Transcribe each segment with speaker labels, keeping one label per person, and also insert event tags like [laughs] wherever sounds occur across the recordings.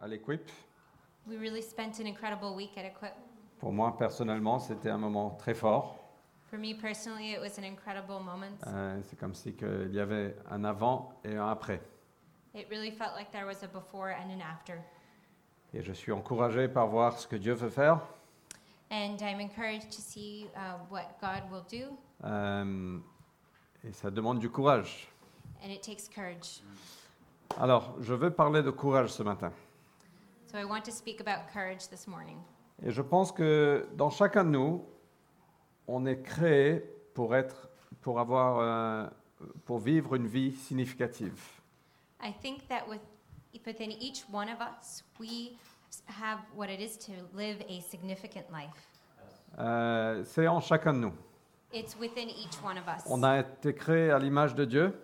Speaker 1: à l'Equip.
Speaker 2: We really spent an incredible week at Equip.
Speaker 1: Pour moi, personnellement, c'était un moment très fort.
Speaker 2: For me personally, it was an incredible moment.
Speaker 1: Euh, c'est comme si que il y avait un avant et un après.
Speaker 2: It really felt like there was a before and an after.
Speaker 1: Et je suis encouragé par voir ce que Dieu veut faire.
Speaker 2: And I'm encouraged to see uh, what God will do,
Speaker 1: Euh, et ça demande du courage.
Speaker 2: and it takes courage.
Speaker 1: Alors, je veux parler de courage ce matin.
Speaker 2: So I want to speak about courage this morning.
Speaker 1: Et je pense que dans chacun de nous, on est créé pour être, pour avoir, euh, pour vivre une vie significative.
Speaker 2: I think that with, within each one of us, we have what it is to live a significant life.
Speaker 1: Euh, c'est en chacun de nous.
Speaker 2: It's within each one of us.
Speaker 1: On a été créé à l'image de Dieu,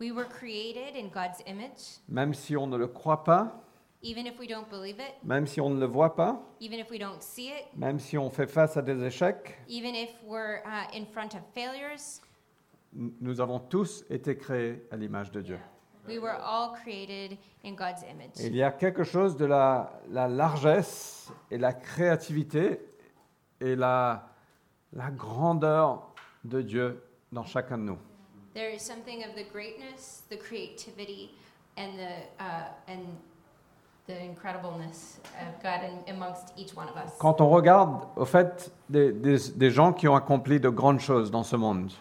Speaker 2: We were created in God's image,
Speaker 1: même si on ne le croit pas,
Speaker 2: even if we don't believe it,
Speaker 1: même si on ne le voit pas,
Speaker 2: even if we don't see it,
Speaker 1: même si on fait face à des échecs.
Speaker 2: even if we're uh, in front of failures.
Speaker 1: n- Nous avons tous été créés à l'image de Dieu.
Speaker 2: We were all created in God's
Speaker 1: Et
Speaker 2: image.
Speaker 1: il y a quelque chose de la, la largesse et la créativité et la, la grandeur de Dieu dans chacun de nous.
Speaker 2: There is something of the greatness, the creativity, and the uh, and the incredibleness of God in, amongst each one of us.
Speaker 1: Quand on regarde, au fait, des, des- des gens qui ont accompli de grandes choses dans ce monde,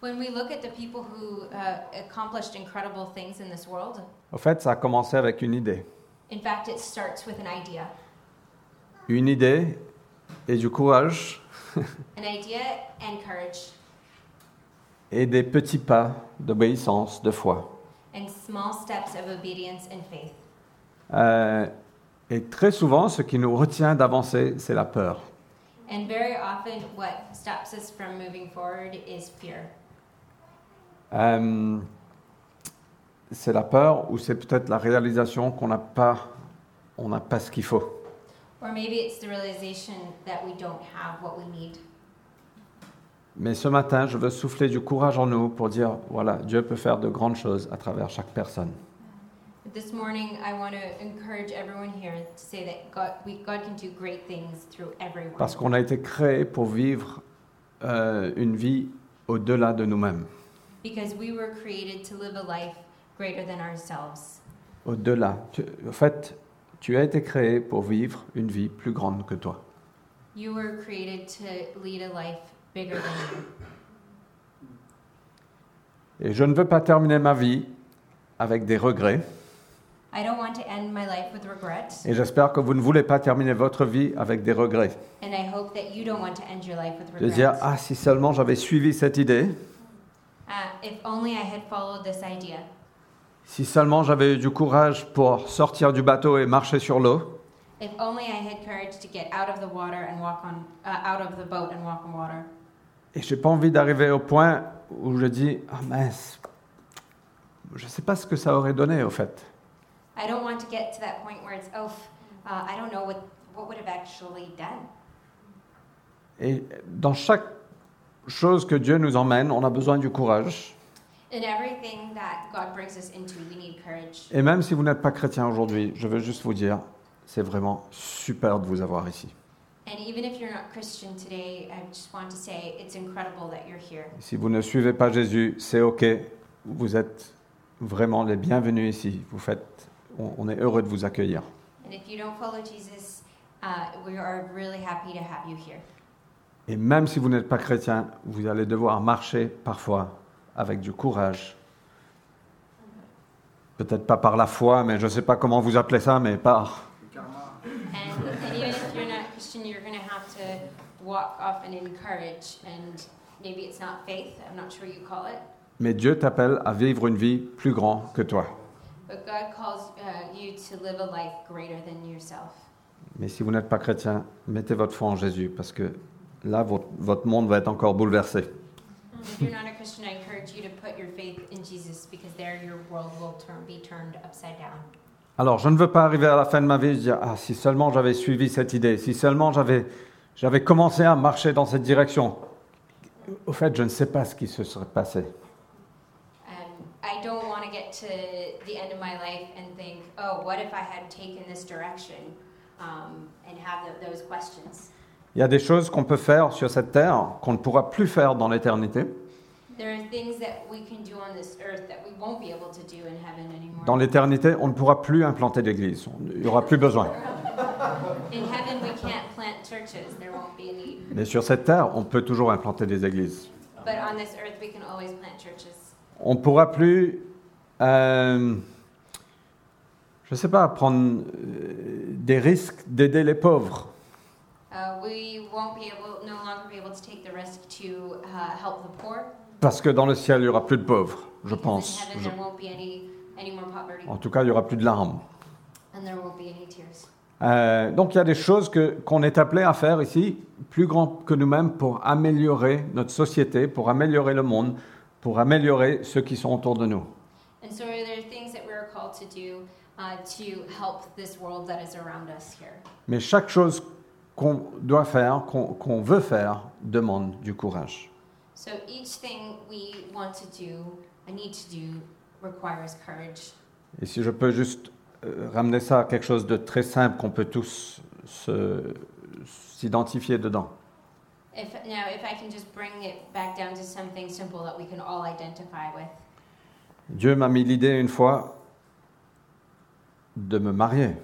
Speaker 2: When we look at the people who uh, accomplished incredible things in this world,
Speaker 1: au fait, ça a commencé avec une idée.
Speaker 2: in fact, it starts with an idea.
Speaker 1: Une idée et du courage
Speaker 2: An idea and courage
Speaker 1: et des petits pas d'obéissance, de foi.
Speaker 2: and small steps of obedience and faith.
Speaker 1: Euh, et très souvent, ce qui nous retient d'avancer, c'est la peur.
Speaker 2: And very often, what stops us from moving forward is fear.
Speaker 1: Euh, c'est la peur ou c'est peut-être la réalisation qu'on n'a pas, on n'a pas ce qu'il faut.
Speaker 2: Or maybe it's the realization that we don't have what we need.
Speaker 1: Mais ce matin, je veux souffler du courage en nous pour dire, voilà, Dieu peut faire de grandes choses à travers chaque personne.
Speaker 2: But This morning, I want to encourage everyone here to say that God, we, God can do great things through everyone.
Speaker 1: Parce qu'on a été créé pour vivre euh, une vie au-delà de nous-mêmes,
Speaker 2: Because we were created to live a life greater than ourselves.
Speaker 1: au-delà. Tu- En fait, tu as été créé pour vivre une vie plus grande que toi.
Speaker 2: You were created to lead a life bigger than you.
Speaker 1: Et je ne veux pas terminer ma vie avec des regrets.
Speaker 2: I don't want to end my life with regret,
Speaker 1: Et j'espère que vous ne voulez pas terminer votre vie avec des regrets.
Speaker 2: and I hope that you don't want to end your life with
Speaker 1: de dire
Speaker 2: regret.
Speaker 1: ah si seulement j'avais suivi cette idée,
Speaker 2: Uh, if only I had followed this idea.
Speaker 1: si seulement j'avais eu du courage pour sortir du bateau et marcher sur l'eau,
Speaker 2: If only I had courage to get out of the water and walk on, uh, out of the boat and walk on water.
Speaker 1: et j'ai pas envie d'arriver au point où je dis ah mince, je sais pas ce que ça aurait donné au fait.
Speaker 2: I don't want to get to that point where it's, oh, uh, I don't know what, what would have actually done.
Speaker 1: Et dans chaque chose que Dieu nous emmène, on a besoin du courage.
Speaker 2: In everything that God brings us into, we need courage.
Speaker 1: Et même si vous n'êtes pas chrétien aujourd'hui, je veux juste vous dire, c'est vraiment super de vous avoir ici.
Speaker 2: And even if you're not Christian today, I just want to say it's incredible that you're here.
Speaker 1: Si vous ne suivez pas Jésus, c'est OK. Vous êtes vraiment les bienvenus ici. Vous faites, on, on est heureux de vous accueillir.
Speaker 2: And if you don't follow Jesus, uh, we are really happy to have you here.
Speaker 1: Et même si vous n'êtes pas chrétien, vous allez devoir marcher parfois avec du courage. Peut-être pas par la foi, mais je ne sais pas comment vous appelez ça, mais par.
Speaker 2: And, and even if you're not Christian, you're going to have to walk often in courage. And maybe it's not faith, I'm not sure what you call it.
Speaker 1: Mais Dieu t'appelle à vivre une vie plus grande que toi.
Speaker 2: But God calls uh, you to live a life greater than yourself.
Speaker 1: Mais si vous n'êtes pas chrétien, mettez votre foi en Jésus, parce que là, votre, votre monde va être encore bouleversé.
Speaker 2: Um, If you're not a Christian, I encourage you to put your faith in Jesus because there your world will turn, be turned upside down.
Speaker 1: Alors, je ne veux pas arriver à la fin de ma vie et dire Ah, si seulement j'avais suivi cette idée, si seulement j'avais, j'avais commencé à marcher dans cette direction. Au fait, je ne sais pas ce qui se serait passé.
Speaker 2: Um, I don't want to to get to the end of my life and think, oh, what if I had taken this direction? Um, and have tho- those questions.
Speaker 1: Il y a des choses qu'on peut faire sur cette terre qu'on ne pourra plus faire dans l'éternité.
Speaker 2: There are things that we can do on this earth that we won't be able to do in heaven anymore.
Speaker 1: Dans l'éternité, on ne pourra plus implanter d'église. On- Il n'y aura plus besoin.
Speaker 2: in heaven, we can't plant churches. There won't be a need.
Speaker 1: Mais sur cette terre, on peut toujours implanter des églises.
Speaker 2: But on this earth, we can always plant churches.
Speaker 1: On ne pourra plus, euh, je ne sais pas, prendre euh, des risques d'aider les pauvres.
Speaker 2: Uh, we won't be able, no longer be able to take the risk to uh, help the poor.
Speaker 1: Parce que dans le ciel, il n'y aura plus de pauvres, je
Speaker 2: because
Speaker 1: pense.
Speaker 2: In heaven,
Speaker 1: Je-
Speaker 2: there won't be any, any more poverty,
Speaker 1: En tout cas, il n'y aura plus de larmes.
Speaker 2: and there won't be any tears.
Speaker 1: Euh, donc il y a des choses que- qu'on est appelé à faire ici, plus grand que nous-mêmes, pour améliorer notre société, pour améliorer le monde, pour améliorer ceux qui sont autour de nous.
Speaker 2: And so, there are things that we are called to do uh, to help this world that is around us here.
Speaker 1: Mais chaque chose qu'on doit faire, qu'on qu'on veut faire, demande du courage.
Speaker 2: So each thing we want to do, I need to do, requires courage.
Speaker 1: Et si je peux juste euh, ramener ça à quelque chose de très simple qu'on peut tous se- s'identifier dedans.
Speaker 2: If now, if I can just bring it back down to something simple that we can all identify with.
Speaker 1: Dieu m'a mis l'idée une fois de me marier.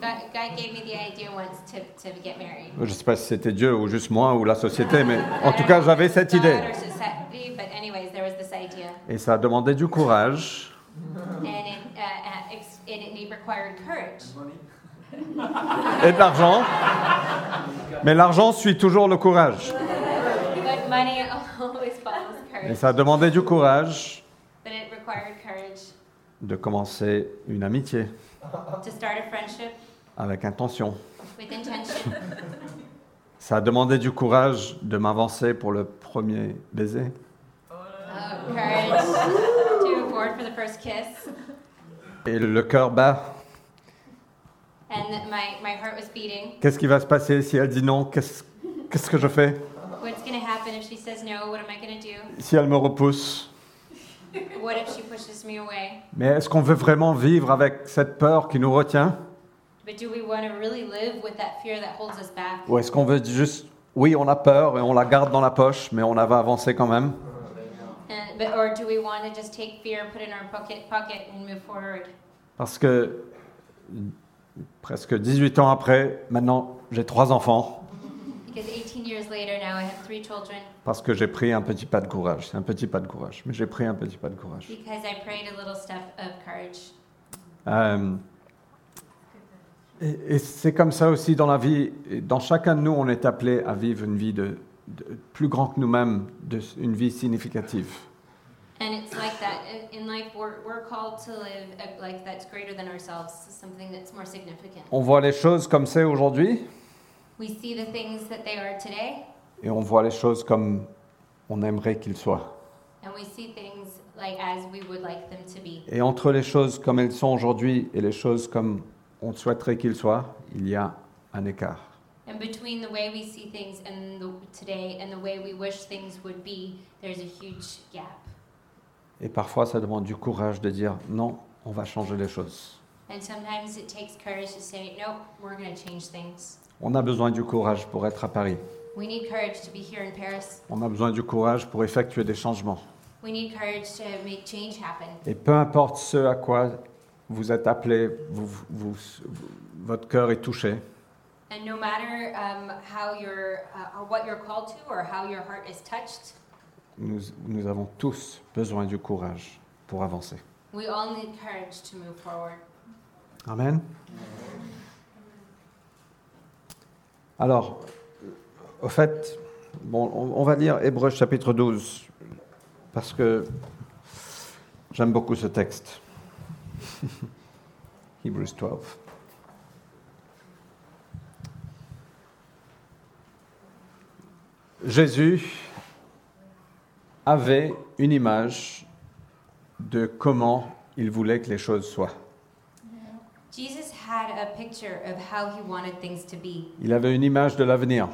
Speaker 2: God, God gave me the idea once to, to get married.
Speaker 1: Je ne sais pas si c'était Dieu ou juste moi ou la société, mais en tout cas, j'avais cette idée.
Speaker 2: God or society, but anyways, there was this idea,
Speaker 1: Et ça a demandé du courage.
Speaker 2: and it, uh, uh, ex- and it required courage
Speaker 1: et de l'argent. Mais l'argent suit toujours le courage.
Speaker 2: but money [laughs] always follows
Speaker 1: Et
Speaker 2: courage
Speaker 1: ça a demandé du courage
Speaker 2: but it required courage
Speaker 1: de commencer une amitié
Speaker 2: to start a friendship
Speaker 1: avec intention.
Speaker 2: with intention
Speaker 1: Ça a demandé du courage de m'avancer pour le premier baiser.
Speaker 2: Oh, courage to move forward for the first kiss.
Speaker 1: Et le cœur bat.
Speaker 2: And that my, my heart was beating.
Speaker 1: Qu'est-ce qui va se passer si elle dit non Qu'est-ce qu'est-ce que je fais
Speaker 2: What's going to happen if she says no? What am I going to do?
Speaker 1: Si elle me repousse
Speaker 2: What if she pushes me away?
Speaker 1: Mais est-ce qu'on veut vraiment vivre avec cette peur qui nous retient
Speaker 2: But do we want to really live with that fear that holds us back?
Speaker 1: Ou est-ce qu'on veut juste, oui, on a peur et on la garde dans la poche, mais on la va avancer quand même
Speaker 2: And, Uh, but, or do we want to just take fear, put it in our pocket, pocket and move forward?
Speaker 1: Parce que presque 18 ans après, maintenant j'ai trois enfants,
Speaker 2: Because 18 years later now, I have three children
Speaker 1: parce que j'ai pris un petit pas de courage. C'est un petit pas de courage, mais j'ai pris un petit pas de courage.
Speaker 2: because I prayed a little step of courage.
Speaker 1: Euh, et et c'est comme ça aussi dans la vie. Et Dans chacun de nous, on est appelé à vivre une vie de, de- plus grand que nous-mêmes, de- une vie significative.
Speaker 2: And it's like that in- in life, we're, we're called to live a life that's greater than ourselves, something that's more significant.
Speaker 1: On voit les choses comme c'est aujourd'hui,
Speaker 2: We see the things that they are today,
Speaker 1: et on voit les choses comme on aimerait qu'ils soient.
Speaker 2: and we see things like as we would like them to be.
Speaker 1: Et entre les choses comme elles sont aujourd'hui et les choses comme on souhaiterait qu'ils soient, il y a un écart.
Speaker 2: And between the way we see things and the, today and the way we wish things would be, there's a huge gap.
Speaker 1: Et parfois, ça demande du courage de dire non, on va changer les choses.
Speaker 2: And sometimes it takes courage to say, nope, we're going to change things.
Speaker 1: On a besoin du courage pour être à Paris.
Speaker 2: We need courage to be here in Paris.
Speaker 1: On a besoin du courage pour effectuer des changements.
Speaker 2: We need courage to make change happen.
Speaker 1: Et peu importe ce à quoi vous êtes appelé, vous- vous- vous- votre cœur est touché,
Speaker 2: And no matter um, how you're, uh, what you're called to or how your heart is touched,
Speaker 1: nous, nous avons tous besoin du courage pour avancer.
Speaker 2: we all need courage to move forward.
Speaker 1: Amen. Alors, au fait, bon, on, on va lire Hébreux chapitre 12, parce que j'aime beaucoup ce texte. [laughs] Hebrews 12. Jésus avait une image de comment il voulait que les choses soient.
Speaker 2: Jesus had a picture of how he wanted things to be.
Speaker 1: Il avait une image de l'avenir.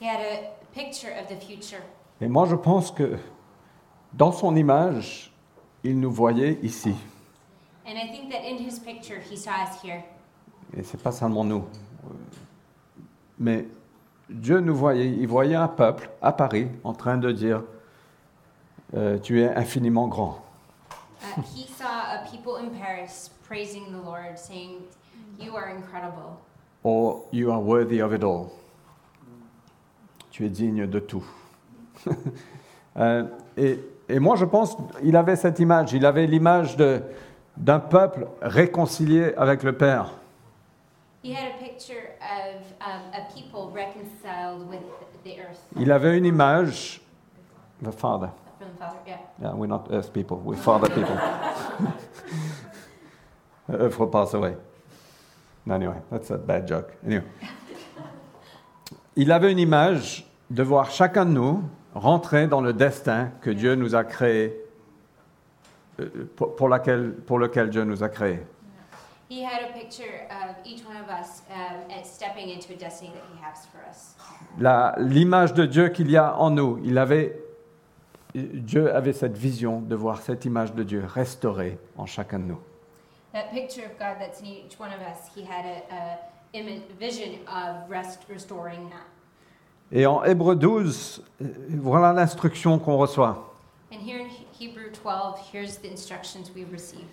Speaker 2: He had a picture of the future.
Speaker 1: Et moi, je pense que dans son image, il nous voyait ici.
Speaker 2: And I think that in his picture, he saw us here.
Speaker 1: Et c'est pas seulement nous. Mais Dieu nous voyait, il voyait un peuple à Paris en train de dire euh, Tu es infiniment grand.
Speaker 2: Uh, he saw a people in Paris praising the Lord, saying, You are incredible,
Speaker 1: Or Oh, you are worthy of it all. Tu es digne de tout. [laughs] Euh, et, et moi, je pense qu'il avait cette image. Il avait l'image de- d'un peuple réconcilié avec le Père.
Speaker 2: He had a picture of um, a people reconciled with the earth
Speaker 1: Il avait une image. The Father.
Speaker 2: from the Father. Yeah.
Speaker 1: Yeah, we're not earth people, we're Father people. [laughs] earth will pass away. No, Anyway, that's a bad joke. Anyway. Il avait une image de voir chacun de nous rentrer dans le destin que Dieu nous a créé, euh, pour, pour laquelle, pour lequel Dieu nous a créés.
Speaker 2: He had a picture of each one of us um, at stepping into a destiny that He has for us.
Speaker 1: La- L'image de Dieu qu'il y a en nous, il avait, Dieu avait cette vision de voir cette image de Dieu restaurée en chacun de nous.
Speaker 2: That picture of God that's in each one of us, He had a, a image, vision of rest, restoring that.
Speaker 1: Et en Hébreu 12, euh, voilà l'instruction qu'on reçoit.
Speaker 2: And here in He- Hebrew 12, here's the instructions we receive.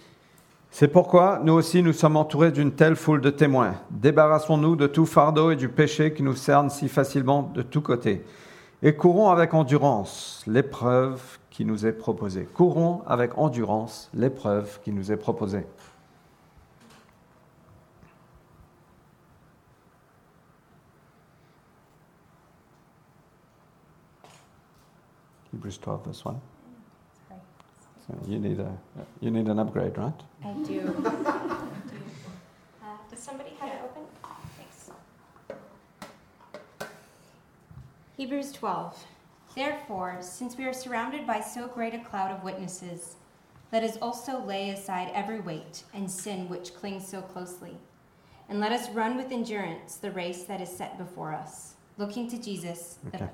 Speaker 1: C'est pourquoi nous aussi nous sommes entourés d'une telle foule de témoins. Débarrassons-nous de tout fardeau et du péché qui nous cerne si facilement de tous côtés. Et courons avec endurance l'épreuve qui nous est proposée. Courons avec endurance l'épreuve qui nous est proposée. Hebrews 12, verse 1.
Speaker 2: Sorry.
Speaker 1: So you need a you need an upgrade, right?
Speaker 2: I do. uh, does somebody have it open? Thanks. Hebrews 12. Therefore, since we are surrounded by so great a cloud of witnesses, let us also lay aside every weight and sin which clings so closely. And let us run with endurance the race that is set before us, looking to Jesus. the-
Speaker 1: Okay.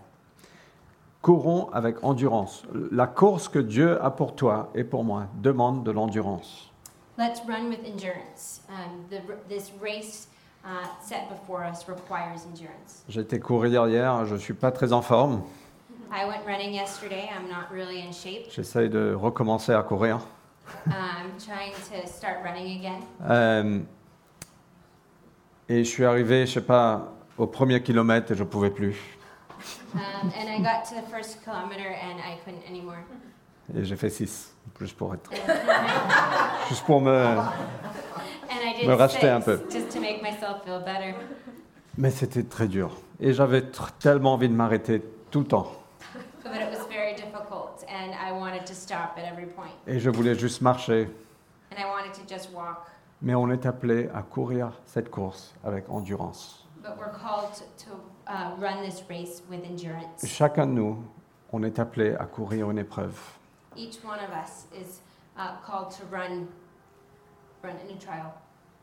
Speaker 1: Courons avec endurance. La course que Dieu a pour toi et pour moi demande de l'endurance.
Speaker 2: Let's run with endurance. Um, the, this race uh, set before us requires endurance.
Speaker 1: J'étais courir hier, je suis pas très en forme.
Speaker 2: I went running yesterday. I'm not really in shape.
Speaker 1: J'essaye de recommencer à courir.
Speaker 2: I'm trying to start running again.
Speaker 1: Euh, et je suis arrivé, je sais pas, au premier kilomètre et je pouvais plus.
Speaker 2: Um, and I got to the first kilometer and I couldn't anymore.
Speaker 1: Et j'ai fait 6, juste pour être,
Speaker 2: and
Speaker 1: juste pour me.
Speaker 2: I did
Speaker 1: Me racheter
Speaker 2: six
Speaker 1: un peu.
Speaker 2: just to make myself feel better.
Speaker 1: Mais c'était très dur. Et j'avais tr- tellement envie de m'arrêter tout le temps.
Speaker 2: But it was very difficult and I wanted to stop at every point.
Speaker 1: Et je voulais juste marcher.
Speaker 2: And I wanted to just walk.
Speaker 1: Mais on est appelé à courir cette course avec endurance.
Speaker 2: But we're called to, to uh, run this race with endurance.
Speaker 1: Chacun de nous, on est appelé à courir une épreuve.
Speaker 2: Each one of us is uh, called to run, run in a trial.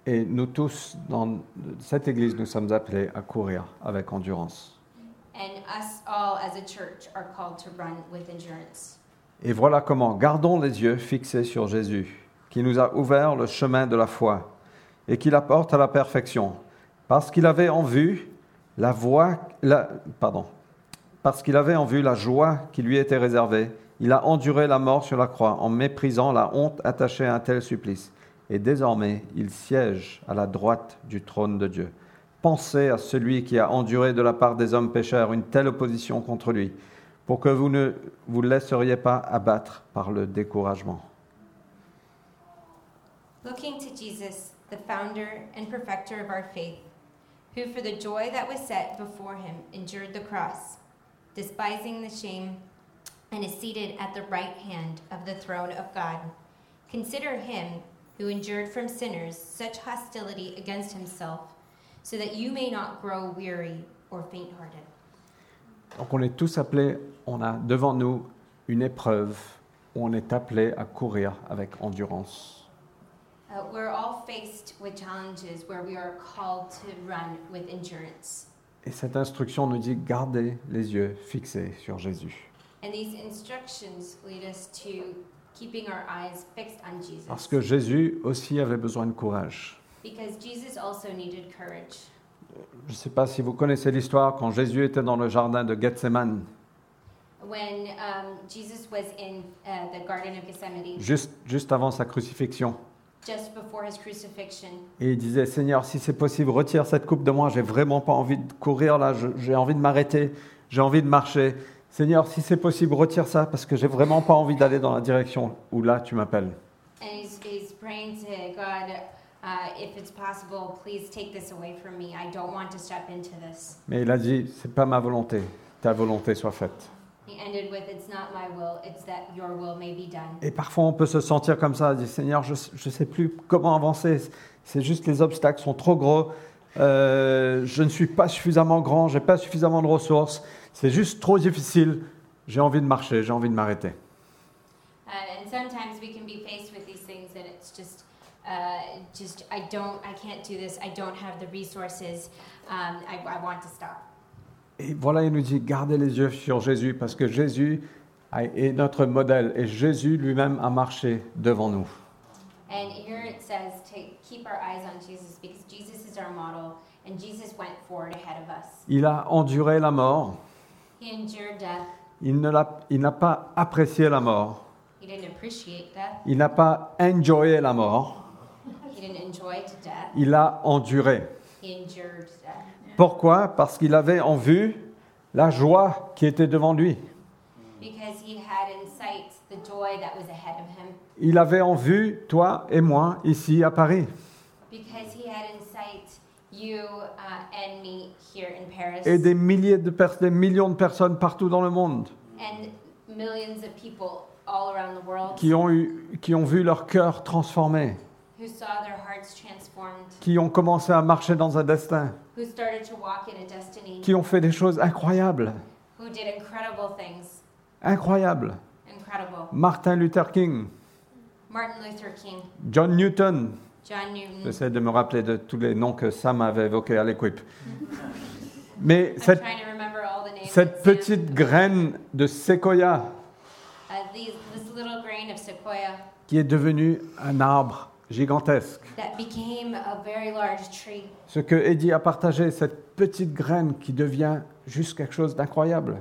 Speaker 1: Et nous tous, dans cette Église, nous sommes appelés à courir avec endurance.
Speaker 2: And us all as a church are called to run with endurance.
Speaker 1: Et voilà comment, gardons les yeux fixés sur Jésus, qui nous a ouvert le chemin de la foi et qui la porte à la perfection, parce qu'il avait en vue la voie, la- pardon, parce qu'il avait en vue la joie qui lui était réservée. Il a enduré la mort sur la croix en méprisant la honte attachée à un tel supplice. Et désormais, il siège à la droite du trône de Dieu. Pensez à celui qui a enduré de la part des hommes pécheurs une telle opposition contre lui, pour que vous ne vous laisseriez pas abattre par le découragement.
Speaker 2: Looking to Jesus, the founder and perfecter of our faith, who for the joy that was set before him endured the cross, despising the shame, and is seated at the right hand of the throne of God. Consider him who endured from sinners such hostility against himself, so that you may not grow weary or faint hearted.
Speaker 1: Donc on est tous appelés, on a devant nous une épreuve où on est appelé à courir avec endurance.
Speaker 2: Uh, we're all faced with challenges where we are called to run with endurance.
Speaker 1: Et cette instruction nous dit gardez les yeux fixés sur Jésus.
Speaker 2: And these instructions lead us to keeping our eyes fixed on Jesus.
Speaker 1: Parce que Jésus aussi avait besoin de courage.
Speaker 2: Because Jesus also needed courage.
Speaker 1: Je ne sais pas si vous connaissez l'histoire quand Jésus était dans le jardin de Gethsemane,
Speaker 2: When um, Jesus was in uh, the Garden of Gethsemane,
Speaker 1: juste, juste avant sa crucifixion.
Speaker 2: just before his crucifixion,
Speaker 1: Et il disait, Seigneur, si c'est possible, retire cette coupe de moi. J'ai vraiment pas envie de courir là. Je- J'ai envie de m'arrêter. J'ai envie de marcher. Seigneur, si c'est possible, retire ça parce que j'ai vraiment pas envie d'aller dans la direction où là tu m'appelles.
Speaker 2: and he's, he's praying to God, uh, if it's possible, please take this away from me. I don't want to step into this.
Speaker 1: Mais il a dit, c'est pas ma volonté. Ta volonté soit faite.
Speaker 2: He ended with, It's not my will, it's that your will may be done.
Speaker 1: Et parfois, on peut se sentir comme ça, dire Seigneur, je ne sais plus comment avancer. C'est juste les obstacles sont trop gros. Euh, je ne suis pas suffisamment grand. J'ai pas suffisamment de ressources. C'est juste trop difficile. J'ai envie de marcher. J'ai envie de m'arrêter.
Speaker 2: Uh, and sometimes we can be faced with these things that it's just, uh, just I don't, I can't do this. I don't have the resources. Um, I, I want to stop.
Speaker 1: Et voilà, il nous dit gardez les yeux sur Jésus parce que Jésus a- est notre modèle et Jésus lui-même a marché devant nous.
Speaker 2: And here it says to keep our eyes on Jesus because Jesus is our model, and Jesus went forward ahead of us.
Speaker 1: Il a enduré la mort.
Speaker 2: He endured death.
Speaker 1: Il ne l'a- il n'a pas apprécié la mort.
Speaker 2: He didn't appreciate death.
Speaker 1: Il n'a pas enjoyé la mort.
Speaker 2: He didn't enjoy to death.
Speaker 1: Il a enduré.
Speaker 2: He endured death
Speaker 1: Pourquoi Parce qu'il avait en vue la joie qui était devant lui.
Speaker 2: because he had in sight the joy that was ahead of him.
Speaker 1: Il avait en vue toi et moi ici à Paris.
Speaker 2: Because he had in sight you uh, and me here in Paris.
Speaker 1: Et des milliers de personnes, des millions de personnes partout dans le monde
Speaker 2: and millions of people all around the world
Speaker 1: qui ont, eu, qui ont vu leur cœur transformé.
Speaker 2: who saw their hearts transformed,
Speaker 1: qui ont commencé à marcher dans un destin,
Speaker 2: who started to walk in a destiny,
Speaker 1: qui ont fait des choses incroyables,
Speaker 2: who did incredible things.
Speaker 1: incroyables.
Speaker 2: Incredible.
Speaker 1: Martin Luther King,
Speaker 2: Martin Luther King,
Speaker 1: John Newton,
Speaker 2: John Newton.
Speaker 1: j'essaie de me rappeler de tous les noms que Sam avait évoqués à l'équipe. Mais
Speaker 2: I'm
Speaker 1: cette,
Speaker 2: trying to remember all the names.
Speaker 1: cette
Speaker 2: that Sam-
Speaker 1: petite graine de séquoia
Speaker 2: uh, these, this little grain of sequoia
Speaker 1: qui est devenue un arbre gigantesque,
Speaker 2: that became a very large tree.
Speaker 1: ce que Eddie a partagé, cette petite graine qui devient juste quelque chose d'incroyable.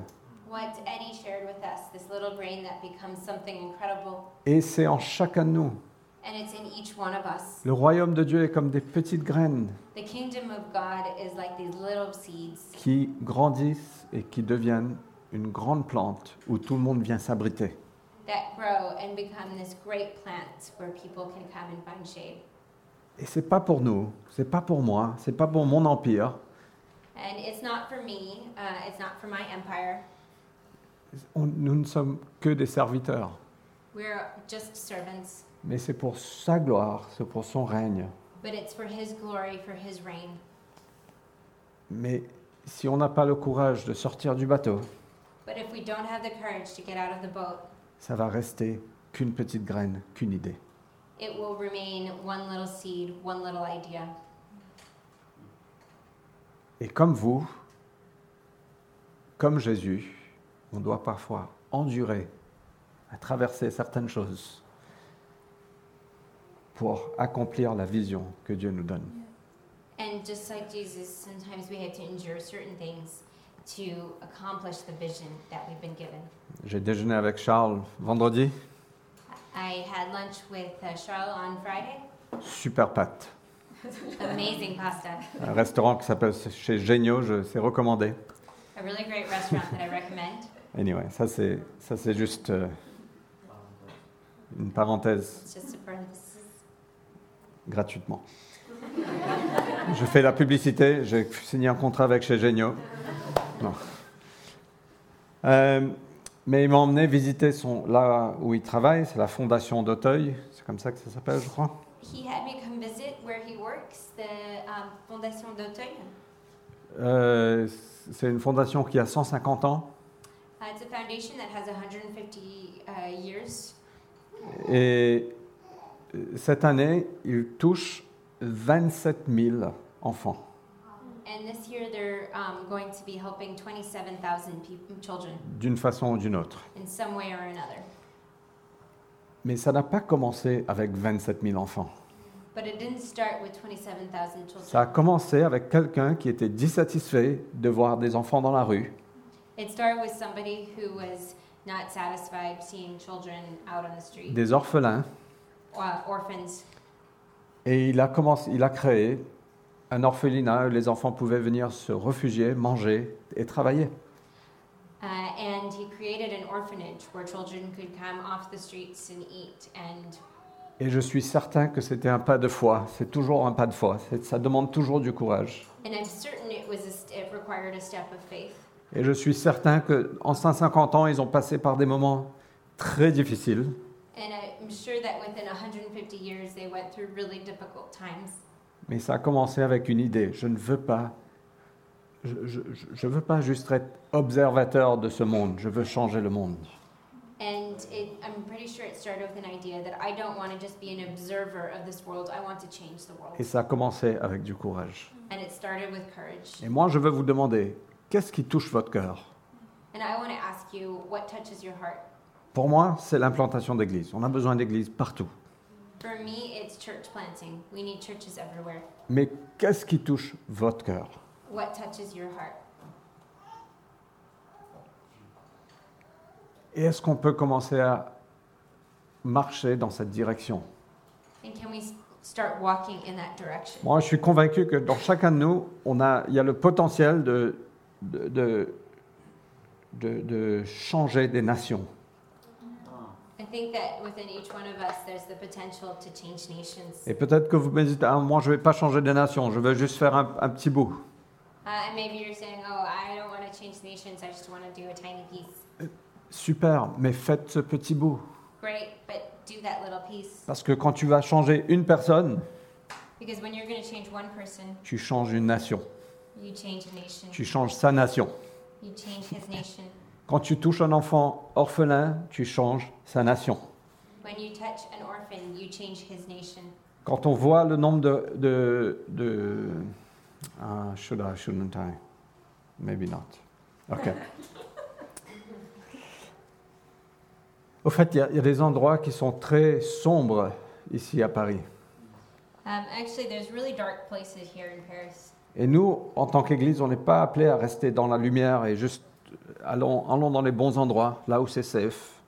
Speaker 2: What Eddie shared with us, this little grain that becomes something incredible.
Speaker 1: Et c'est en chacun de nous.
Speaker 2: And it's in each one of us.
Speaker 1: Le royaume de Dieu est comme des petites graines
Speaker 2: The kingdom of God is like these little seeds
Speaker 1: qui grandissent et qui deviennent une grande plante où tout le monde vient s'abriter.
Speaker 2: that grow and become this great plant where people can come and find shade.
Speaker 1: Et c'est pas pour nous, c'est pas pour moi, c'est pas pour mon empire.
Speaker 2: And it's not for me, uh, it's not for my empire.
Speaker 1: On- nous ne sommes que des serviteurs,
Speaker 2: We're just servants,
Speaker 1: mais c'est pour sa gloire, c'est pour son règne.
Speaker 2: but it's for His glory, for His reign.
Speaker 1: Mais si on n'a pas le courage de sortir du bateau,
Speaker 2: But if we don't have the courage to get out of the boat,
Speaker 1: ça va rester qu'une petite graine, qu'une idée.
Speaker 2: it will remain one little seed, one little idea.
Speaker 1: Et comme vous, comme Jésus, on doit parfois endurer à traverser certaines choses pour accomplir la vision que Dieu nous donne.
Speaker 2: And just like Jesus, sometimes we have to endure certain things to accomplish the vision that we've been given.
Speaker 1: J'ai déjeuné avec Charles vendredi,
Speaker 2: I had lunch with uh, Charles on Friday.
Speaker 1: super pâte.
Speaker 2: Amazing pasta.
Speaker 1: Un restaurant qui s'appelle chez Génio, je- c'est recommandé.
Speaker 2: A really great restaurant that I recommend.
Speaker 1: Anyway, ça c'est ça c'est juste euh, une parenthèse
Speaker 2: It's just a parenthesis.
Speaker 1: gratuitement. Je fais la publicité, j'ai signé un contrat avec chez Génio. Non. Euh, mais il m'a emmené visiter son, là où il travaille, c'est la fondation d'Auteuil, c'est comme ça que ça s'appelle, je crois.
Speaker 2: He had me come visit where he works, the um, Fondation d'Auteuil.
Speaker 1: Euh, c'est une fondation qui a 150 ans
Speaker 2: Uh, it's a foundation that has 150 uh, years.
Speaker 1: et euh, cette année, il touche 27 000 enfants.
Speaker 2: And this year they're um, going to be helping 27,000 peop children
Speaker 1: d'une façon ou d'une autre.
Speaker 2: in some way or another.
Speaker 1: Mais ça n'a pas commencé avec 27 000 enfants.
Speaker 2: But it didn't start with 27,000 children.
Speaker 1: Ça a commencé avec quelqu'un qui était dissatisfait de voir des enfants dans la rue
Speaker 2: It started with somebody who was not satisfied seeing children out on the street,
Speaker 1: des orphelins,
Speaker 2: uh, orphans,
Speaker 1: et il a, commencé, il a créé un orphelinat où les enfants pouvaient venir se réfugier, manger et travailler.
Speaker 2: uh, and he created an orphanage where children could come off the streets and eat. And
Speaker 1: Et je suis certain que c'était un pas de foi. C'est toujours un pas de foi. C'est- Ça demande toujours du courage.
Speaker 2: and I'm certain it was a st- it required a step of faith.
Speaker 1: Et je suis certain qu'en 150 ans, ils ont passé par des moments très difficiles.
Speaker 2: And I'm sure that within 150 years, they went through really difficult times.
Speaker 1: Mais ça a commencé avec une idée. Je ne veux pas, je, je- je- je veux pas juste être observateur de ce monde. Je veux changer le monde.
Speaker 2: And it, I'm pretty sure it started with an idea that I don't want to just be an observer of this world, I want to change the world.
Speaker 1: Et ça a commencé avec du courage.
Speaker 2: And it started with courage.
Speaker 1: Et moi, je veux vous demander, qu'est-ce qui touche votre cœur
Speaker 2: And I want to ask you what touches your heart?
Speaker 1: Pour moi, c'est l'implantation d'églises. On a besoin d'églises partout.
Speaker 2: For me, it's church planting. We need churches everywhere.
Speaker 1: Mais qu'est-ce qui touche votre cœur
Speaker 2: What touches your heart?
Speaker 1: Et est-ce qu'on peut commencer à marcher dans cette direction
Speaker 2: And can we s- start walking in that direction?
Speaker 1: Moi, je suis convaincu que dans chacun de nous, on a, il y a le potentiel de, de, de, de- de changer des nations.
Speaker 2: I think that within each one of us, there's the potential to change nations.
Speaker 1: Et peut-être que vous me dites, ah, moi, je ne vais pas changer des nations, je veux juste faire un, un petit bout.
Speaker 2: Uh, and maybe you're saying, oh, I don't want to change nations, I just want to do a tiny piece.
Speaker 1: Super, mais faites ce petit bout.
Speaker 2: Great, but do that little piece.
Speaker 1: Parce que quand tu vas changer une personne,
Speaker 2: Because when you're going to change one person,
Speaker 1: tu changes une nation,
Speaker 2: you change a nation,
Speaker 1: tu changes sa nation.
Speaker 2: you change his nation.
Speaker 1: Quand tu touches un enfant orphelin, tu changes sa nation.
Speaker 2: When you touch an orphan, you change his nation.
Speaker 1: Quand on voit le nombre de... de, de ah, should I, shouldn't I? Maybe not. OK. [laughs] Au fait, il y a- il y, a des endroits qui sont très sombres ici à Paris.
Speaker 2: Um, actually, there's really dark places here in Paris.
Speaker 1: Et nous, en tant qu'Église, on n'est pas appelé à rester dans la lumière et juste allons, allons dans les bons endroits, là où c'est safe.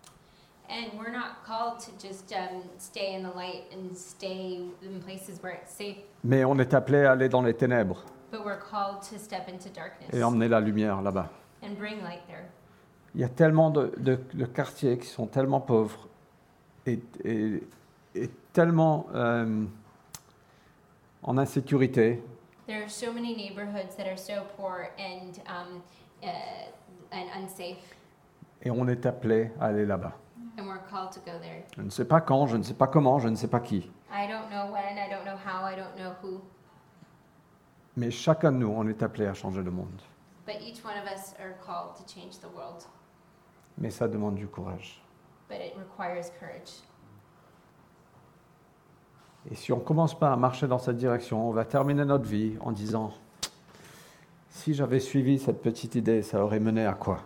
Speaker 2: And we're not called to just um, stay in the light and stay in places where it's safe,
Speaker 1: Mais on est appelé à aller dans les ténèbres
Speaker 2: but we're called to step into
Speaker 1: et
Speaker 2: darkness
Speaker 1: emmener la lumière là-bas.
Speaker 2: and bring light there.
Speaker 1: Il y a tellement de, de- de quartiers qui sont tellement pauvres et, et- et tellement euh, en insécurité.
Speaker 2: There are so many neighborhoods that are so poor and um, uh, and unsafe,
Speaker 1: Et on est appelé à aller là-bas.
Speaker 2: and we're called to go there.
Speaker 1: Je ne sais pas quand, je ne sais pas comment, je ne sais pas qui.
Speaker 2: I don't know when, I don't know how, I don't know who,
Speaker 1: Mais chacun de nous, on est appelé à changer le monde.
Speaker 2: but each one of us are called to change the world.
Speaker 1: Mais ça demande du courage.
Speaker 2: But it requires courage.
Speaker 1: Et si on ne commence pas à marcher dans cette direction, on va terminer notre vie en disant, si j'avais suivi cette petite idée, ça aurait mené à quoi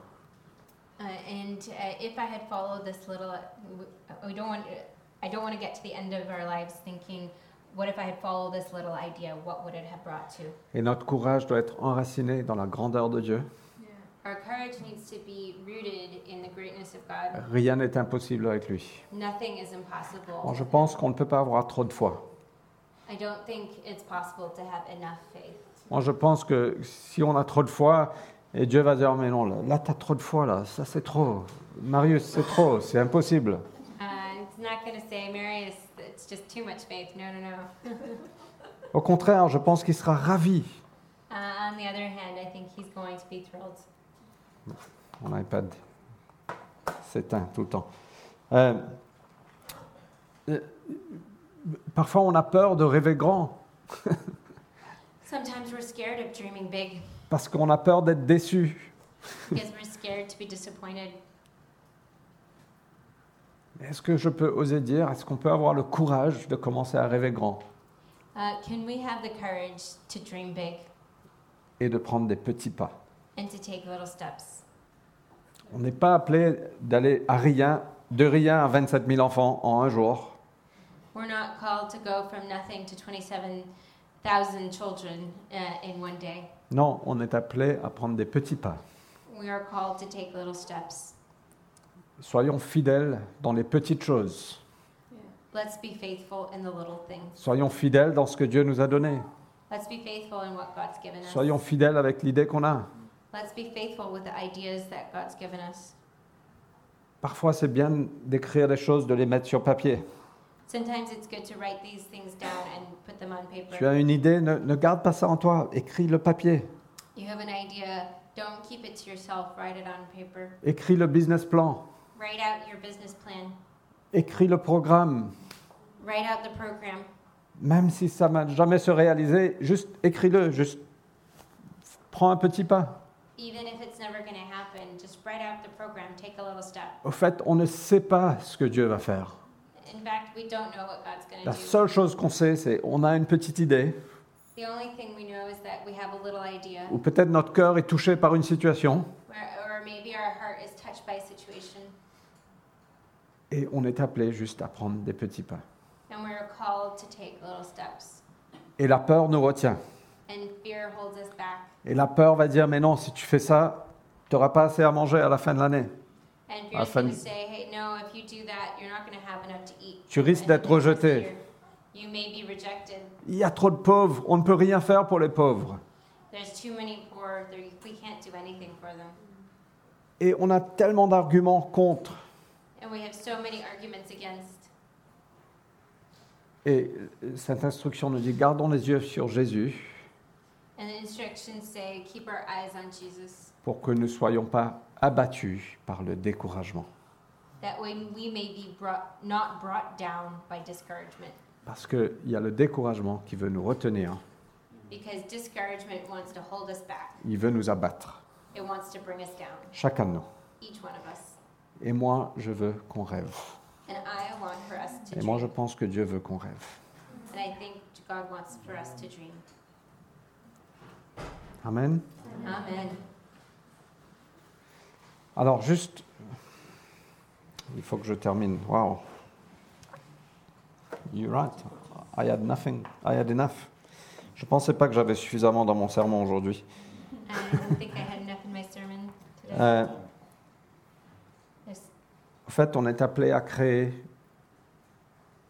Speaker 2: Uh, and uh, if I had followed this little, uh, we don't want. I don't want to get to the end of our lives thinking, what if I had followed this little idea? What would it have brought to?
Speaker 1: Et notre courage doit être enraciné dans la grandeur de Dieu.
Speaker 2: Our courage needs to be rooted in the greatness of God.
Speaker 1: Rien n'est impossible avec lui.
Speaker 2: Nothing is
Speaker 1: Bon,
Speaker 2: impossible.
Speaker 1: je pense qu'on ne peut pas avoir trop de foi.
Speaker 2: I don't think it's possible to have enough faith.
Speaker 1: Moi, je pense que si on a trop de foi, et Dieu va dire, mais non, là, là tu as trop de foi, là, ça c'est trop. Marius, c'est trop, c'est impossible.
Speaker 2: Uh, it's not going to say, Mary, it's, it's just too much faith. No, no, no.
Speaker 1: Au contraire, je pense qu'il sera ravi.
Speaker 2: Uh, on the other hand, I think he's going to be thrilled.
Speaker 1: Mon iPad s'éteint tout le temps. Euh, euh, parfois, on a peur de rêver grand,
Speaker 2: Sometimes we're scared of dreaming big [laughs]
Speaker 1: parce qu'on a peur d'être déçu.
Speaker 2: because we're scared to be disappointed.
Speaker 1: Est-ce que je peux oser dire, est-ce qu'on peut avoir le courage de commencer à rêver grand
Speaker 2: Uh, can we have the courage to dream big
Speaker 1: et de prendre des petits pas
Speaker 2: and to take little steps?
Speaker 1: On n'est pas appelé d'aller à rien de rien à 27 000 enfants en un jour.
Speaker 2: We're not called to go from nothing to 27,000 children uh, in one day.
Speaker 1: Non, on est appelé à prendre des petits pas.
Speaker 2: We are called to take little steps.
Speaker 1: Soyons fidèles dans les petites choses.
Speaker 2: Let's be faithful in the little things.
Speaker 1: Soyons fidèles dans ce que Dieu nous a donné.
Speaker 2: Let's be faithful in what God's given us.
Speaker 1: Soyons fidèles avec l'idée qu'on a.
Speaker 2: Let's be faithful with the ideas that God's given us.
Speaker 1: Parfois, c'est bien d'écrire des choses, de les mettre sur papier.
Speaker 2: Sometimes it's good to write these things down and put them on
Speaker 1: Tu
Speaker 2: paper.
Speaker 1: as une idée, ne, ne garde pas ça en toi. Écris le papier.
Speaker 2: You have an idea, don't keep it to yourself, write it on paper.
Speaker 1: Écris le business plan.
Speaker 2: Write out your business plan,
Speaker 1: Écris le programme.
Speaker 2: write out the program.
Speaker 1: Même si ça ne va jamais se réaliser, juste écris-le. Juste prends un petit pas.
Speaker 2: Even if it's never going to happen, just write out the program, take a little step.
Speaker 1: Au fait, on ne sait pas ce que Dieu va faire.
Speaker 2: In fact, we don't know what God's going to
Speaker 1: La
Speaker 2: do.
Speaker 1: seule chose qu'on sait, c'est on a une petite idée,
Speaker 2: The only thing we know is that we have a little idea,
Speaker 1: ou peut-être notre cœur est touché par une situation,
Speaker 2: where, or maybe our heart is touched by a situation,
Speaker 1: et on est appelé juste à prendre des petits pas.
Speaker 2: and we're called to take little steps.
Speaker 1: Et la peur nous retient.
Speaker 2: And fear holds us back,
Speaker 1: Et la peur va dire, mais non, si tu fais ça, tu n'auras pas assez à manger à la fin de l'année.
Speaker 2: and
Speaker 1: Our
Speaker 2: fear is going to
Speaker 1: family-
Speaker 2: say, "Hey, no, if you do that, you're not going to have enough to eat."
Speaker 1: Tu risques
Speaker 2: And
Speaker 1: d'être
Speaker 2: that's
Speaker 1: rejeté.
Speaker 2: fear. You may be rejected.
Speaker 1: Il y a trop de pauvres, on ne peut rien faire pour les pauvres.
Speaker 2: There's too many poor. There, we can't do anything for them,
Speaker 1: Et on a tellement d'arguments contre.
Speaker 2: and we have so many arguments against.
Speaker 1: Et euh, cette instruction nous dit, gardons les yeux sur Jésus
Speaker 2: And the instructions say, keep our eyes on Jesus,
Speaker 1: pour que nous ne soyons pas abattus par le découragement.
Speaker 2: that way we may be brought, not brought down by discouragement.
Speaker 1: Parce qu'il y a le découragement qui veut nous retenir,
Speaker 2: Because discouragement wants to hold us back,
Speaker 1: il veut nous abattre,
Speaker 2: it wants to bring us down,
Speaker 1: chacun de nous.
Speaker 2: each one of us.
Speaker 1: Et moi, je veux qu'on rêve.
Speaker 2: And I want for us to
Speaker 1: Et
Speaker 2: dream.
Speaker 1: moi, je pense que Dieu veut qu'on rêve.
Speaker 2: And I think God wants for us to dream.
Speaker 1: Amen.
Speaker 2: Amen.
Speaker 1: Alors juste, il faut que je termine. Wow. You're right. I had nothing. I had enough. Je pensais pas que j'avais suffisamment dans mon sermon aujourd'hui.
Speaker 2: I don't think I had enough in my sermon today.
Speaker 1: Euh,
Speaker 2: There's-
Speaker 1: en fait, on est appelé à créer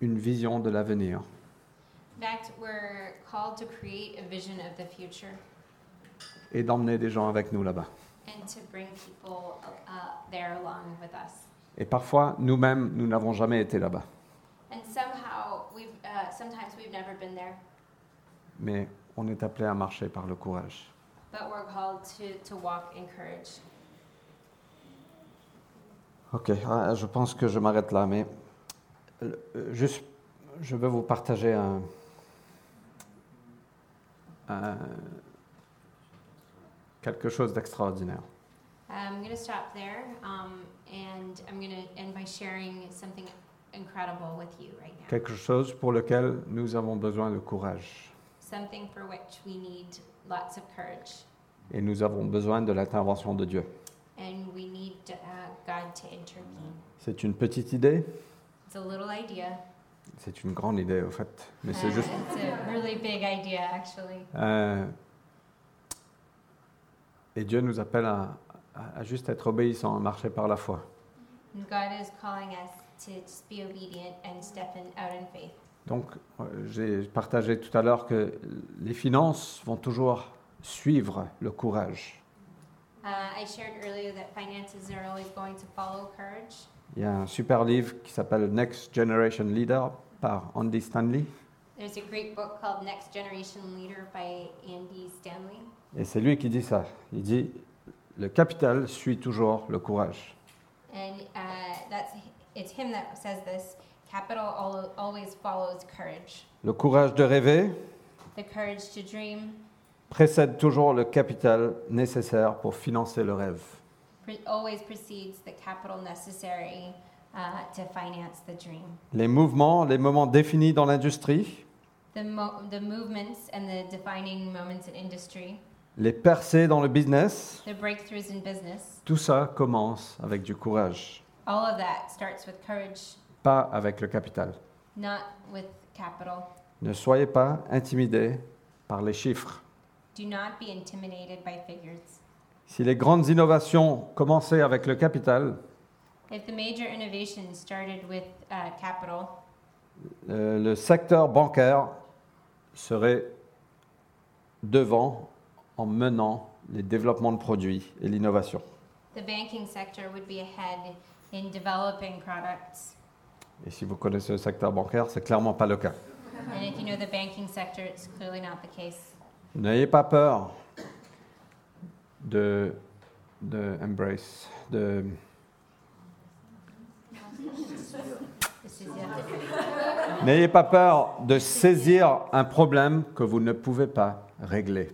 Speaker 1: une vision de l'avenir.
Speaker 2: in fact, we're called to create a vision of the future
Speaker 1: et d'emmener des gens avec nous là-bas.
Speaker 2: and to bring people uh, there along with us.
Speaker 1: Et parfois, nous-mêmes, nous n'avons jamais été là-bas.
Speaker 2: And somehow we've uh, sometimes we've never been there,
Speaker 1: Mais on est appelé à marcher par le courage.
Speaker 2: but we're called to, to walk in courage.
Speaker 1: Ok, ah, je pense que je m'arrête là, mais euh, euh, juste, je veux vous partager un, un- quelque chose d'extraordinaire.
Speaker 2: I'm going to stop there, um, and I'm going to end by sharing something incredible with you right now.
Speaker 1: Quelque chose pour lequel nous avons besoin de courage.
Speaker 2: Something for which we need lots of courage,
Speaker 1: Et nous avons besoin de l'intervention de Dieu.
Speaker 2: and we need uh, God to intervene.
Speaker 1: C'est une petite idée,
Speaker 2: It's a little idea,
Speaker 1: c'est une grande idée au fait, mais
Speaker 2: Uh,
Speaker 1: c'est juste
Speaker 2: It's a really big idea, actually.
Speaker 1: Euh, et Dieu nous appelle à, à- à juste être obéissant, à marcher par la foi.
Speaker 2: And God is calling us to just be obedient and step in, out in faith.
Speaker 1: Donc, euh, j'ai partagé tout à l'heure que les finances vont toujours suivre le courage.
Speaker 2: Uh, I shared earlier that finances are always going to follow courage.
Speaker 1: Il y a un super livre qui s'appelle Next Generation Leader par Andy Stanley.
Speaker 2: There's a great book called Next Generation Leader by Andy Stanley.
Speaker 1: Et c'est lui qui dit ça. Il dit, le capital suit toujours le courage.
Speaker 2: And uh, that's it's him that says this capital al- always follows courage.
Speaker 1: Le courage de rêver
Speaker 2: The courage to dream
Speaker 1: précède toujours le capital nécessaire pour financer le rêve.
Speaker 2: pre- always precedes the capital necessary uh, to finance the dream.
Speaker 1: Les mouvements, les moments définis dans l'industrie,
Speaker 2: The, mo- the movements and the defining moments in industry,
Speaker 1: les percées dans le business,
Speaker 2: the breakthroughs in business,
Speaker 1: tout ça commence avec du courage.
Speaker 2: All of that starts with courage,
Speaker 1: pas avec le capital.
Speaker 2: not with capital.
Speaker 1: Ne soyez pas intimidés par les chiffres.
Speaker 2: Do not be intimidated by figures.
Speaker 1: Si les grandes innovations commençaient avec le capital,
Speaker 2: If the major innovation started with uh, capital,
Speaker 1: euh, le secteur bancaire serait devant en menant les développements de produits et l'innovation.
Speaker 2: the banking sector would be ahead in developing products.
Speaker 1: Et si vous connaissez le secteur bancaire, c'est clairement pas le cas.
Speaker 2: And if you know the banking sector, it's clearly not the case.
Speaker 1: N'ayez pas peur de, de embrace, de
Speaker 2: This is yeah.
Speaker 1: N'ayez pas peur de saisir un problème que vous ne pouvez pas régler.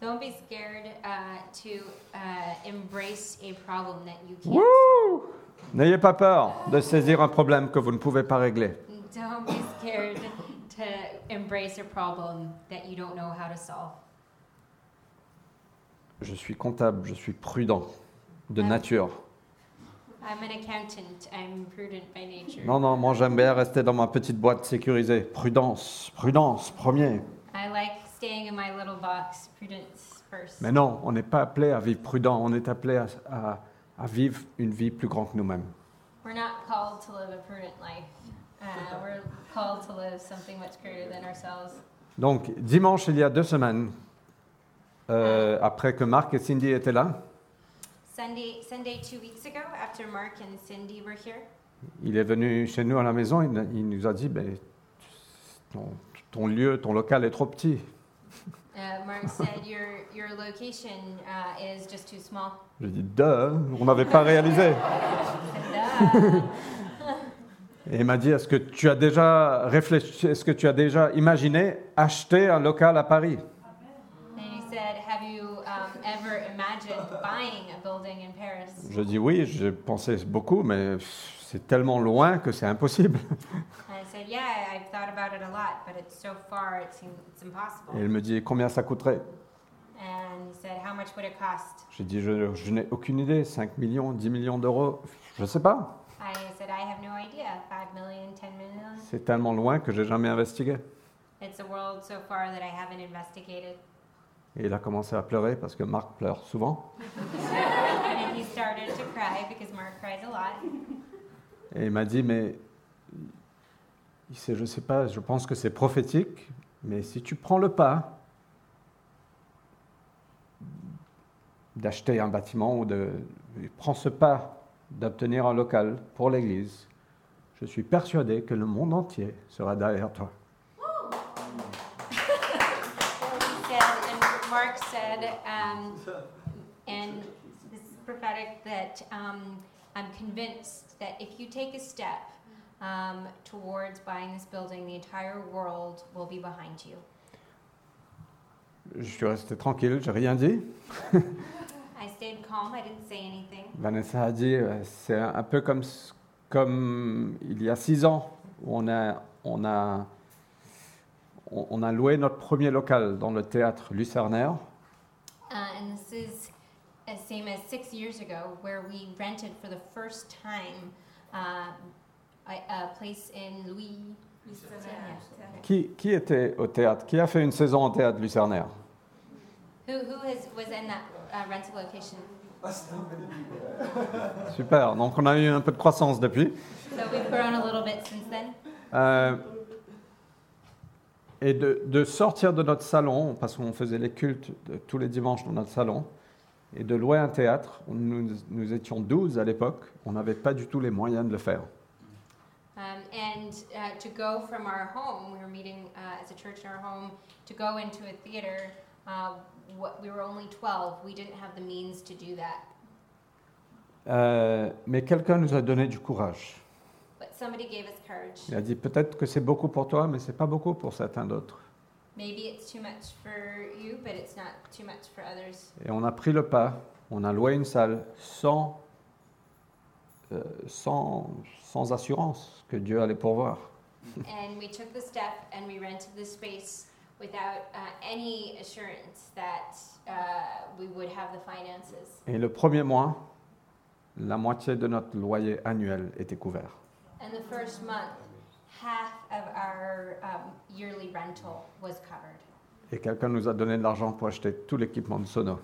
Speaker 2: Don't be scared uh, to uh, embrace a problem that you can't.
Speaker 1: Wouh N'ayez pas peur de saisir un problème que vous ne pouvez pas régler.
Speaker 2: Don't be scared to embrace a problem that you don't know how to solve.
Speaker 1: Je suis comptable, je suis prudent de nature.
Speaker 2: I'm an accountant. I'm prudent by nature.
Speaker 1: Non, non, moi j'aime bien rester dans ma petite boîte sécurisée. Prudence, prudence, premier.
Speaker 2: I like staying in my little box. Prudence first.
Speaker 1: Mais non, on n'est pas appelé à vivre prudent, on est appelé à, à- à vivre une vie plus grande que nous-mêmes.
Speaker 2: We're not called to live a prudent life. Uh, we're called to live something much greater than ourselves.
Speaker 1: Donc, dimanche, il y a deux semaines, euh, après que Marc et Cindy étaient là,
Speaker 2: Sunday, Sunday, two weeks ago, after Mark and Cindy were here,
Speaker 1: Il est venu chez nous à la maison, il, il nous a dit, Ben, ton, ton lieu, ton local est trop petit.
Speaker 2: uh, Mark said, "Your your location uh, is just too small." [laughs]
Speaker 1: Je dis, duh, on n'avait pas réalisé.
Speaker 2: Duh.
Speaker 1: Et il m'a dit, est-ce que tu as déjà réfléchi, est-ce que tu as déjà imaginé acheter un local à Paris
Speaker 2: And he said, Have you um, ever imagined buying a building in Paris?
Speaker 1: Je dis, oui, j'ai pensé beaucoup, mais c'est tellement loin que c'est impossible.
Speaker 2: And I said, Yeah, I've thought about it a lot, but it's so far, it seems it's
Speaker 1: Et
Speaker 2: impossible.
Speaker 1: il me dit, combien ça coûterait
Speaker 2: And he said, How much would it cost?
Speaker 1: J'ai dit, je, je n'ai aucune idée, 5 millions, 10 millions d'euros, je ne sais pas.
Speaker 2: I said, I have no idea. Five million, ten million?
Speaker 1: C'est tellement loin que j'ai jamais investigué.
Speaker 2: It's a world so far that I haven't investigated.
Speaker 1: Et il a commencé à pleurer parce que Marc pleure souvent.
Speaker 2: And he started to cry because Mark cries a lot.
Speaker 1: Et il m'a dit, mais il sait, je ne sais pas, je pense que c'est prophétique, mais si tu prends le pas d'acheter un bâtiment ou de prends ce pas d'obtenir un local pour l'Église, je suis persuadé que le monde entier sera derrière toi.
Speaker 2: He said, and Mark said, um, and this is prophetic that um, I'm convinced that if you take a step um, towards buying this building, the entire world will be behind you.
Speaker 1: Je suis resté tranquille, j'ai rien dit.
Speaker 2: I stayed calm. I didn't say anything.
Speaker 1: Vanessa a dit, euh, c'est un peu comme, ce- comme il y a six ans, où on a, on, a, on on a loué notre premier local dans le théâtre Lucernaire.
Speaker 2: Uh, and this is the same as six years ago, where we rented for the first time uh, a, a place in Louis.
Speaker 1: Qui, qui était au théâtre Qui a fait une saison au théâtre Lucernaire
Speaker 2: Who who has, was in that uh, rental location?
Speaker 1: Super, donc on a eu un peu de croissance depuis.
Speaker 2: So we've grown a little bit since then.
Speaker 1: Euh, et de, de sortir de notre salon, parce qu'on faisait les cultes de- tous les dimanches dans notre salon, et de louer un théâtre, nous, nous étions 12 à l'époque, on n'avait pas du tout les moyens de le faire.
Speaker 2: Um, and uh, to go from our home, we were meeting uh, as a church in our home, to go into a theater, uh, what, we were only 12. We didn't have the means to do that.
Speaker 1: Euh, mais quelqu'un nous a donné du courage.
Speaker 2: But somebody gave us courage.
Speaker 1: Il a dit peut-être que c'est beaucoup pour toi, mais c'est pas beaucoup pour certains d'autres.
Speaker 2: Maybe it's too much for you, but it's not too much for others.
Speaker 1: Et on a pris le pas, on a loué une salle sans, euh, sans, sans assurance que Dieu allait pourvoir.
Speaker 2: and we took the step and we rented the space without uh, any assurance that uh, we would have the finances.
Speaker 1: Et le premier mois, la moitié de notre loyer annuel était couvert.
Speaker 2: And the first month, half of our um, yearly rental was covered.
Speaker 1: Et quelqu'un nous a donné de l'argent pour acheter tout l'équipement de Sono.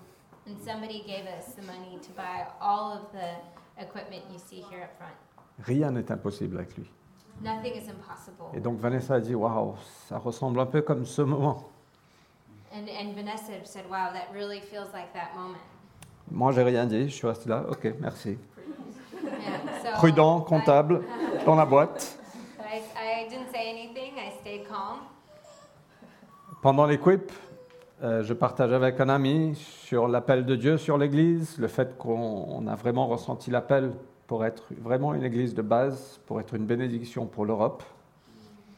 Speaker 2: And somebody gave us the money to buy all of the equipment you see here up front.
Speaker 1: Rien n'est impossible avec lui.
Speaker 2: Nothing is impossible.
Speaker 1: Et donc Vanessa a dit Waouh, ça ressemble un peu comme ce moment.
Speaker 2: And, and Vanessa said, wow, that really feels like that moment.
Speaker 1: Moi, j'ai rien dit, je suis resté là. Ok, merci.
Speaker 2: Yeah, so
Speaker 1: Prudent,
Speaker 2: [laughs]
Speaker 1: comptable, dans la boîte.
Speaker 2: I, I didn't say anything. I stayed calm.
Speaker 1: Pendant les quips, euh, je partage avec un ami sur l'appel de Dieu sur l'Église, le fait qu'on on a vraiment ressenti l'appel pour être vraiment une Église de base, pour être une bénédiction pour l'Europe.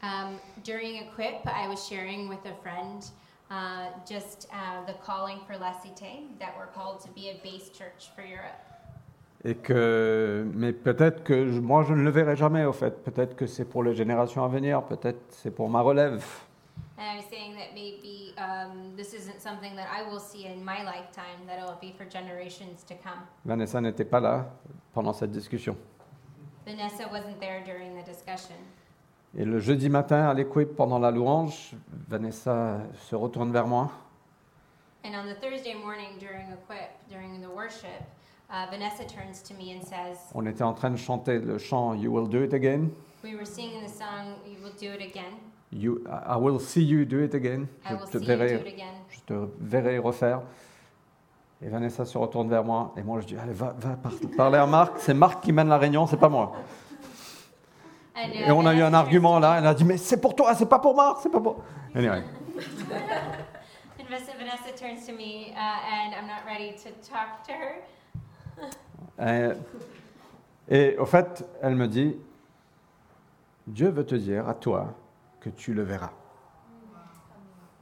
Speaker 2: Um, during a quip, I was sharing with a friend uh, just uh, the calling for La Cité, that we're called to be a base church for Europe.
Speaker 1: Et que, mais peut-être que je- moi je ne le verrai jamais au fait. Peut-être que c'est pour les générations à venir, peut-être c'est pour ma relève.
Speaker 2: And I was saying that maybe um, this isn't something that I will see in my lifetime, that it'll be for generations to come.
Speaker 1: Vanessa n'était pas là pendant cette discussion.
Speaker 2: Vanessa wasn't there during the discussion.
Speaker 1: Et le jeudi matin à l'équipe pendant la louange, Vanessa se retourne vers moi
Speaker 2: And on the Thursday morning during a quip, during the worship, uh, Vanessa turns to me and says,
Speaker 1: On était en train de chanter le chant You will do it again.
Speaker 2: We were singing the song, You Will Do It Again.
Speaker 1: You, I will see you do it again.
Speaker 2: I
Speaker 1: Je
Speaker 2: will
Speaker 1: te,
Speaker 2: see you do it
Speaker 1: verrai,
Speaker 2: again.
Speaker 1: je te verrai refaire. Et Vanessa se retourne vers moi. Et moi, je dis Allez, va, va par- parler à Marc. C'est Marc qui mène la réunion, c'est pas moi.
Speaker 2: And, uh,
Speaker 1: Et on a eu
Speaker 2: Vanessa
Speaker 1: un
Speaker 2: turns-
Speaker 1: argument là. Elle a dit Mais c'est pour toi, c'est pas pour Marc, c'est pas pour. Anyway.
Speaker 2: And Vanessa, Vanessa turns to me, uh, and I'm not ready to talk to her.
Speaker 1: Euh, et au fait, elle me dit Dieu veut te dire à toi que tu le verras.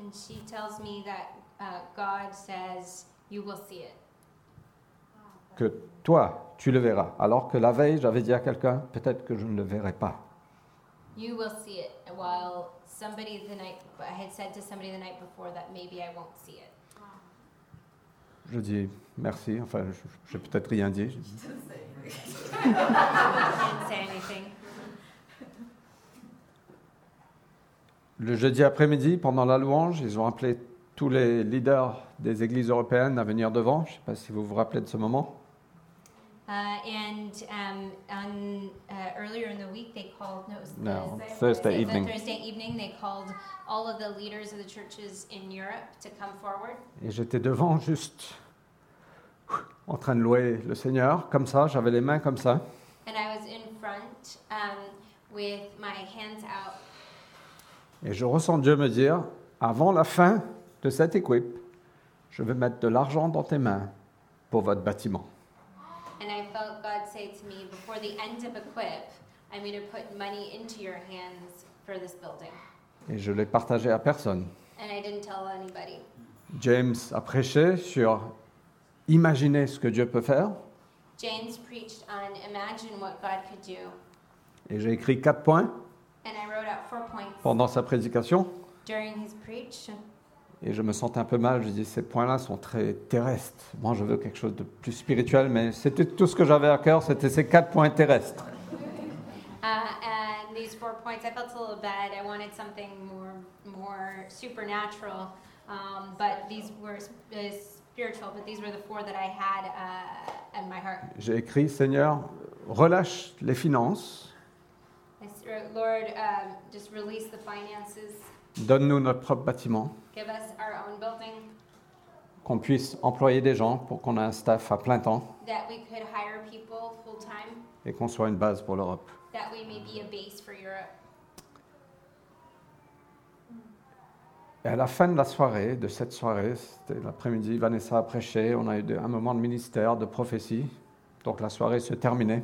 Speaker 2: And she tells me that uh, God says, You will see it.
Speaker 1: Que toi, tu le verras. Alors que la veille, j'avais dit à quelqu'un Peut-être que je ne le verrai pas.
Speaker 2: You will see it. While somebody the night, I had said to somebody the night before that maybe I won't see it.
Speaker 1: Je dis merci, enfin, je- j'ai peut-être rien dit.
Speaker 2: I didn't say anything.
Speaker 1: Le jeudi après-midi, pendant la louange, ils ont appelé tous les leaders des églises européennes à venir devant. Je ne sais pas si vous vous rappelez de ce moment.
Speaker 2: Uh, and um, on, uh, earlier in the week, they called. No, it was the
Speaker 1: No,
Speaker 2: Thursday,
Speaker 1: Thursday
Speaker 2: the
Speaker 1: evening.
Speaker 2: Thursday evening, they called all of the leaders of the churches in Europe to come forward.
Speaker 1: Et j'étais devant, juste en train de louer le Seigneur, comme ça, j'avais les mains comme ça.
Speaker 2: And I was in front um, with my hands out,
Speaker 1: Et je ressens Dieu me dire, avant la fin de cette équipe, je vais mettre de l'argent dans tes mains pour votre bâtiment.
Speaker 2: and I felt God say to me, "Before the end of Equip, I'm going to put money into your hands for this building."
Speaker 1: Et je l'ai partagé à personne.
Speaker 2: And I didn't tell anybody.
Speaker 1: James a prêché sur imaginer ce que Dieu peut faire.
Speaker 2: James preached on imagine what God could do,
Speaker 1: Et j'ai écrit quatre points
Speaker 2: and I wrote out four points
Speaker 1: pendant sa prédication.
Speaker 2: during his preach.
Speaker 1: Et je me sentais un peu mal. Je dis, ces points-là sont très terrestres. Moi, je veux quelque chose de plus spirituel, mais c'était tout ce que j'avais à cœur, c'était ces quatre points terrestres.
Speaker 2: Uh, and these four points, I felt a little bad. I wanted something more, more supernatural. Um, but these were sp- uh, spiritual. But these were the four that I had uh, in my heart.
Speaker 1: J'ai écrit, Seigneur, relâche les finances,
Speaker 2: I s- wrote, Lord, um, just release the finances.
Speaker 1: donne-nous notre propre bâtiment,
Speaker 2: Give us our own building
Speaker 1: qu'on puisse employer des gens pour qu'on ait un staff à plein temps
Speaker 2: that we could hire people full time.
Speaker 1: et qu'on soit une base pour l'Europe.
Speaker 2: That we may be a base for Europe.
Speaker 1: Et à la fin de la soirée, de cette soirée, c'était l'après-midi, Vanessa a prêché, on a eu de- un moment de ministère, de prophétie. Donc la soirée se terminait.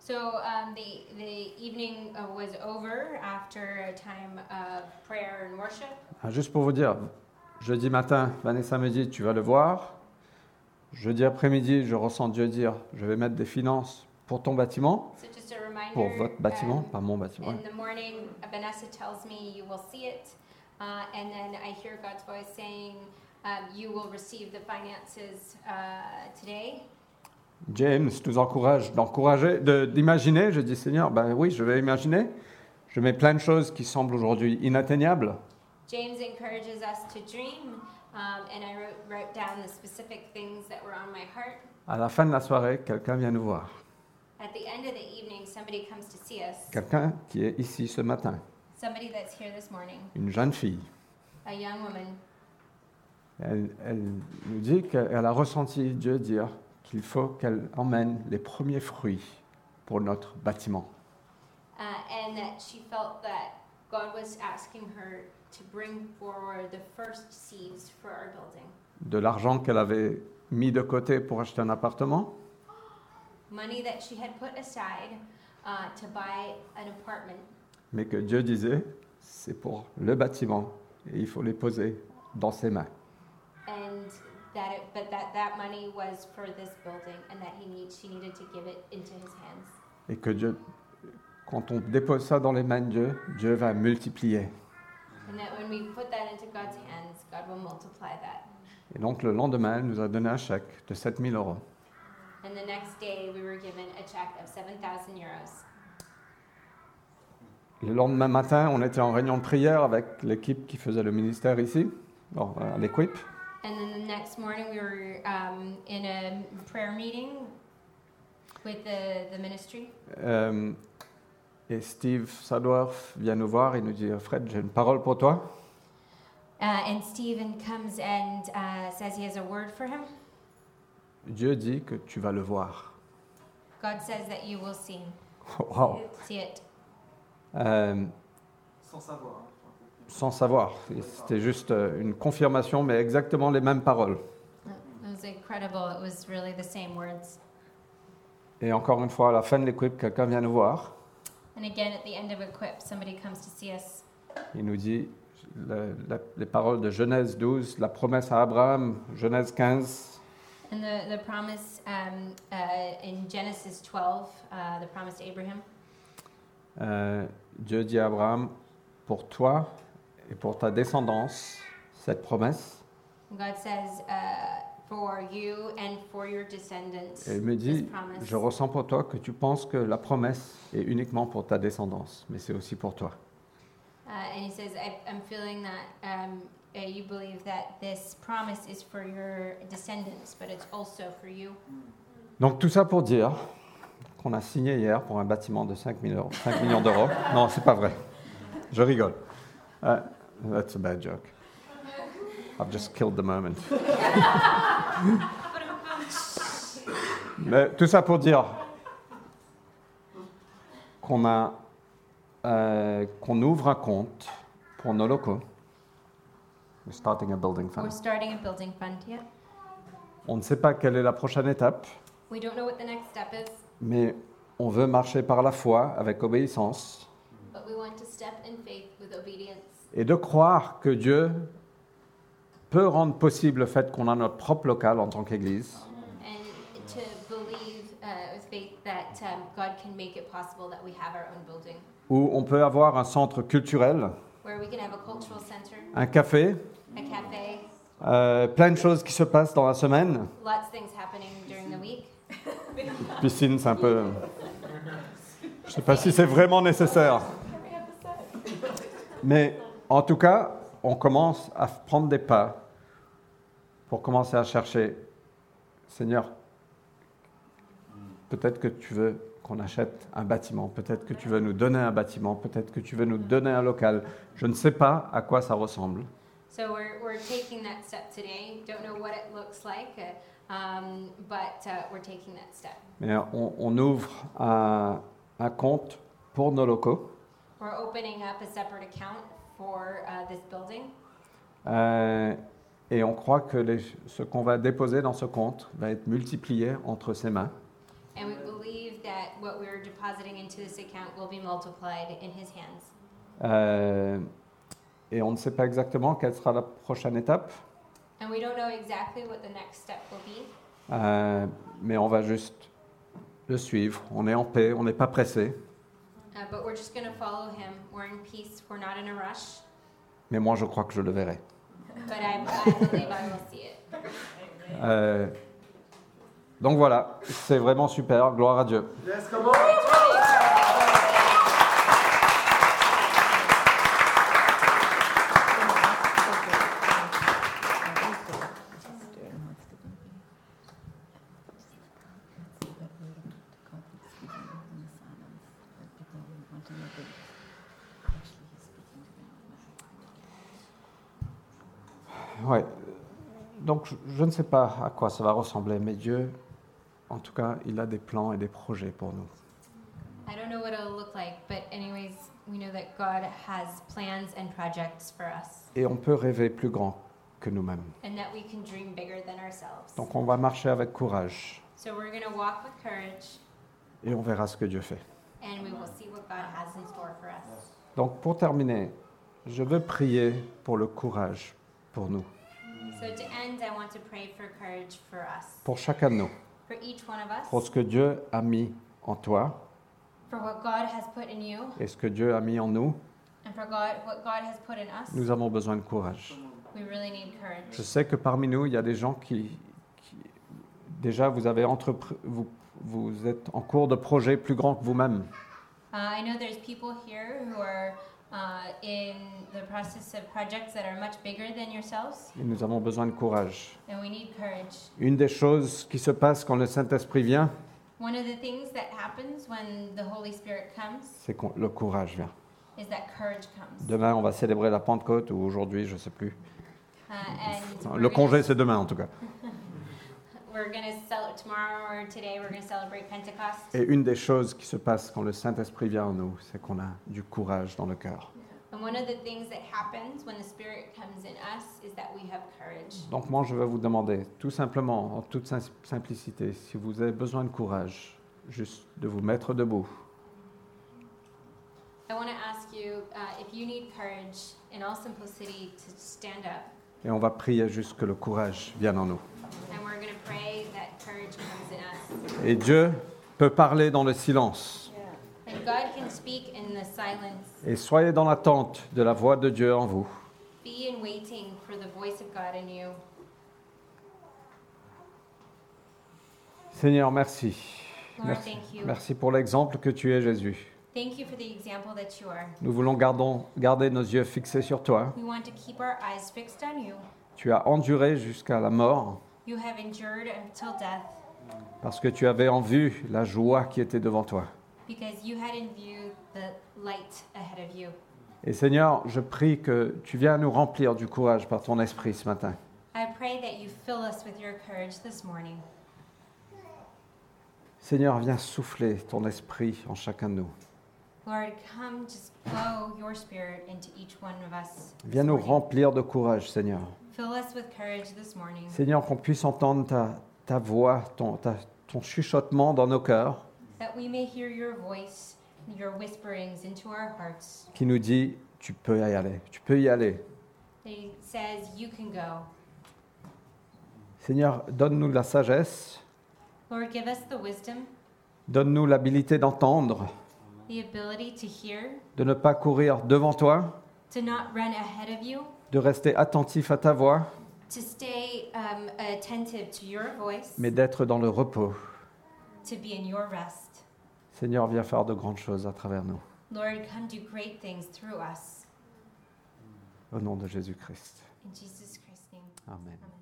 Speaker 2: So um, the the evening uh, was over after a time of prayer and worship.
Speaker 1: Ah, Juste pour vous dire, jeudi matin, Vanessa me dit, tu vas le voir. Jeudi après-midi, je ressens Dieu dire, je vais mettre des finances pour ton bâtiment,
Speaker 2: So just a reminder.
Speaker 1: pour votre bâtiment,
Speaker 2: um,
Speaker 1: pas mon bâtiment.
Speaker 2: In the morning, Vanessa tells me, You will see it. Uh, and then I hear God's voice saying, um, You will receive the finances uh, today.
Speaker 1: James nous encourage d'encourager, de- d'imaginer. Je dis, Seigneur, ben oui, je vais imaginer. Je mets plein de choses qui semblent aujourd'hui inatteignables.
Speaker 2: James encourages us to dream, um, and I wrote, wrote down the specific things that were on my heart.
Speaker 1: À la fin de la soirée, quelqu'un vient nous voir.
Speaker 2: At the end of the evening, somebody comes to see us.
Speaker 1: Quelqu'un qui est ici ce matin,
Speaker 2: Somebody that's here this morning,
Speaker 1: une jeune fille.
Speaker 2: a young woman.
Speaker 1: Elle, elle nous dit qu'elle a ressenti Dieu dire qu'il faut qu'elle emmène les premiers fruits pour notre bâtiment.
Speaker 2: uh, and that she felt that God was asking her to bring forward the first seeds for our building.
Speaker 1: De l'argent qu'elle avait mis de côté pour acheter un appartement,
Speaker 2: Money that she had put aside uh, to buy an apartment,
Speaker 1: mais que Dieu disait, c'est pour le bâtiment et il faut les poser dans ses mains.
Speaker 2: and that it, but that that money was for this building, and that he need, she needed to give it into his hands.
Speaker 1: Et que Dieu, quand on dépose ça dans les mains de Dieu, Dieu va multiplier.
Speaker 2: And that when we put that into God's hands, God will multiply that.
Speaker 1: Et donc le lendemain, elle nous a donné un chèque de 7000 euros.
Speaker 2: And the next day, we were given a check of 7,000 euros.
Speaker 1: Le lendemain matin, on était en réunion de prière avec l'équipe qui faisait le ministère ici, bon, euh, l'équipe.
Speaker 2: And then the next morning, we were um, in a prayer meeting with the, the ministry.
Speaker 1: Euh, et Steve Sadworth vient nous voir et nous dit Fred, j'ai une parole pour toi.
Speaker 2: Uh, and Stephen comes and uh, says he has a word for him.
Speaker 1: Dieu dit que tu vas le voir. [laughs]
Speaker 2: God says that you will see him.
Speaker 1: Wow.
Speaker 2: See it.
Speaker 1: Euh,
Speaker 3: Sans savoir. hein.
Speaker 1: sans savoir. Et C'était juste euh, une confirmation, mais exactement les mêmes paroles.
Speaker 2: It was incredible. It was really the same words.
Speaker 1: Et encore une fois, à la fin de l'équipe, quelqu'un vient nous voir.
Speaker 2: And again, at the end of Equip, somebody comes to see us.
Speaker 1: Il nous dit le- la- les paroles de Genèse 12, la promesse à Abraham, Genèse 15.
Speaker 2: And the, the promise um, uh, in Genesis 12, uh, the promise to Abraham.
Speaker 1: Euh, Dieu dit à Abraham, pour toi et pour ta descendance, cette promesse.
Speaker 2: God says, uh, for you and for your descendants,
Speaker 1: Et il me
Speaker 2: this
Speaker 1: dit,
Speaker 2: promise.
Speaker 1: je ressens pour toi que tu penses que la promesse est uniquement pour ta descendance, mais c'est aussi pour toi.
Speaker 2: Uh, and he says, I, I'm feeling that um, uh, you believe that this promise is for your descendants, but it's also for you.
Speaker 1: Donc tout ça pour dire qu'on a signé hier pour un bâtiment de 5, 000 euros- 5 millions d'euros. Non, c'est pas vrai. Je rigole. Euh, that's a bad joke. I've just killed the moment. [laughs] Mais tout ça pour dire qu'on a euh, qu'on ouvre un compte pour nos locaux. We're starting a building fund.
Speaker 2: We're starting a building fund, yeah.
Speaker 1: On ne sait pas quelle est la prochaine étape.
Speaker 2: We don't know what the next step is,
Speaker 1: Mais on veut marcher par la foi, avec obéissance,
Speaker 2: but we want to step in faith with obedience
Speaker 1: et de croire que Dieu peut rendre possible le fait qu'on a notre propre local en tant qu'Église,
Speaker 2: and to believe uh, with faith that um, God can make it possible that we have our own building
Speaker 1: où on peut avoir un centre culturel,
Speaker 2: where we can have a cultural center,
Speaker 1: un café,
Speaker 2: a cafe,
Speaker 1: euh, plein de choses qui se passent dans la semaine.
Speaker 2: lots of things happening during the week.
Speaker 1: Piscine, c'est un peu... Je ne sais pas si c'est vraiment nécessaire. Mais en tout cas, on commence à prendre des pas pour commencer à chercher, Seigneur, peut-être que tu veux qu'on achète un bâtiment, peut-être que tu veux nous donner un bâtiment, peut-être que tu veux nous donner un local. Je ne sais pas à quoi ça ressemble,
Speaker 2: So we're, we're taking that step today. Don't know what it looks like, uh, um, but uh, we're taking that step.
Speaker 1: mais on, on ouvre un- un compte pour nos locaux.
Speaker 2: We're opening up a separate account for uh, this building,
Speaker 1: Euh, et on croit que les- ce qu'on va déposer dans ce compte va être multiplié entre ses mains.
Speaker 2: and we believe that what we're depositing into this account will be multiplied in His hands.
Speaker 1: Euh, et on ne sait pas exactement quelle sera la prochaine étape,
Speaker 2: And we don't know exactly what the next step will be,
Speaker 1: euh, mais on va juste le suivre. On est en paix, on n'est pas pressé.
Speaker 2: uh, but we're just going to follow Him. We're in peace. We're not in a rush,
Speaker 1: Mais moi, je crois que je le verrai.
Speaker 2: but I, I believe I will see it.
Speaker 1: Euh, Donc voilà, c'est vraiment super. Gloire à Dieu.
Speaker 3: Yes, come on.
Speaker 1: Ouais. Donc je, je ne sais pas à quoi ça va ressembler, mais Dieu, en tout cas, il a des plans et des projets pour nous.
Speaker 2: I don't know what it'll look like, but, anyways, we know that God has plans and projects for us
Speaker 1: Et on peut rêver plus grand que nous-mêmes.
Speaker 2: and that we can dream bigger than ourselves.
Speaker 1: Donc on va marcher avec courage
Speaker 2: So we're going to walk with courage
Speaker 1: et on verra ce que Dieu fait.
Speaker 2: and we will see what God has in store for us.
Speaker 1: Donc pour terminer, je veux prier pour le courage pour nous,
Speaker 2: So to end, I want to pray for courage for us,
Speaker 1: pour chacun de nous,
Speaker 2: for each one of us,
Speaker 1: pour ce que Dieu a mis en toi
Speaker 2: for what God has put in you,
Speaker 1: et ce que Dieu a mis en nous.
Speaker 2: and for God what God has put in us.
Speaker 1: Nous avons besoin de courage.
Speaker 2: We really need courage.
Speaker 1: Je sais que parmi nous, il y a des gens qui, qui- déjà, vous avez entrepr- vous, vous êtes en cours de projet plus grand que vous-même.
Speaker 2: Uh, I know there's people here who are uh, in the process of projects that are much bigger than yourselves,
Speaker 1: Et nous avons besoin de courage.
Speaker 2: and we need courage.
Speaker 1: Une des choses qui se passe quand le Saint-Esprit vient,
Speaker 2: One of the things that happens when the Holy Spirit comes
Speaker 1: c'est que le courage vient.
Speaker 2: is that courage comes.
Speaker 1: Demain, on va célébrer la Pentecôte, ou aujourd'hui, je ne sais plus.
Speaker 2: Uh, and
Speaker 1: Le
Speaker 2: we're
Speaker 1: congé,
Speaker 2: gonna-
Speaker 1: c'est demain en tout cas.
Speaker 2: we're going to celebrate tomorrow or today, we're going to celebrate Pentecost.
Speaker 1: Et une des choses qui se passe quand le Saint-Esprit vient en nous, c'est qu'on a du courage dans le cœur.
Speaker 2: And one of the things that happens when the Spirit comes in us is that we have courage.
Speaker 1: Donc moi, je vais vous demander, tout simplement, en toute sim- simplicité, si vous avez besoin de courage, juste de vous mettre debout
Speaker 2: I want to ask you uh, if you need courage, in all simplicity, to stand up.
Speaker 1: et on va prier juste que le courage vienne en nous.
Speaker 2: And we're going to pray that courage comes in us.
Speaker 1: Et Dieu peut parler dans le silence.
Speaker 2: And God can speak in the silence.
Speaker 1: Et soyez dans l'attente de la voix de Dieu en vous.
Speaker 2: Be in waiting for the voice of God in you.
Speaker 1: Seigneur, merci.
Speaker 2: Lord,
Speaker 1: Merci,
Speaker 2: thank you.
Speaker 1: Merci pour l'exemple que tu es, Jésus.
Speaker 2: Thank you for the example that you are.
Speaker 1: Nous voulons gardons- garder nos yeux fixés sur toi.
Speaker 2: We want to keep our eyes fixed on you.
Speaker 1: Tu as enduré jusqu'à la mort
Speaker 2: You have endured until death
Speaker 1: parce que tu avais en vue la joie qui était devant toi.
Speaker 2: because you had in view the light ahead of you.
Speaker 1: Et Seigneur, je prie que tu viennes nous remplir du courage par ton esprit ce matin.
Speaker 2: I pray that you fill us with your courage this morning.
Speaker 1: Seigneur, viens souffler ton esprit en chacun de nous.
Speaker 2: Lord, come, just blow your spirit into each one of us. this
Speaker 1: Viens nous
Speaker 2: morning.
Speaker 1: remplir de courage, Seigneur.
Speaker 2: Fill us with courage this morning.
Speaker 1: Seigneur, qu'on puisse entendre ta, ta voix, ton, ta- ton chuchotement dans nos cœurs
Speaker 2: that we may hear your voice, your whisperings into our hearts.
Speaker 1: qui nous dit, tu peux y aller, tu peux y aller.
Speaker 2: That he says, You can go.
Speaker 1: Seigneur, donne-nous la sagesse,
Speaker 2: Lord, give us the wisdom,
Speaker 1: donne-nous l'habilité d'entendre,
Speaker 2: the ability to hear,
Speaker 1: de ne pas courir devant toi,
Speaker 2: to not run ahead of you,
Speaker 1: de rester attentif à ta voix,
Speaker 2: to stay um, attentive to your voice,
Speaker 1: mais d'être dans le repos.
Speaker 2: to be in your rest.
Speaker 1: Seigneur, viens faire de grandes choses à travers nous.
Speaker 2: Lord, come do great things through us.
Speaker 1: Au nom de Jésus-Christ.
Speaker 2: In Jesus Christ's name,
Speaker 1: Amen.
Speaker 2: amen.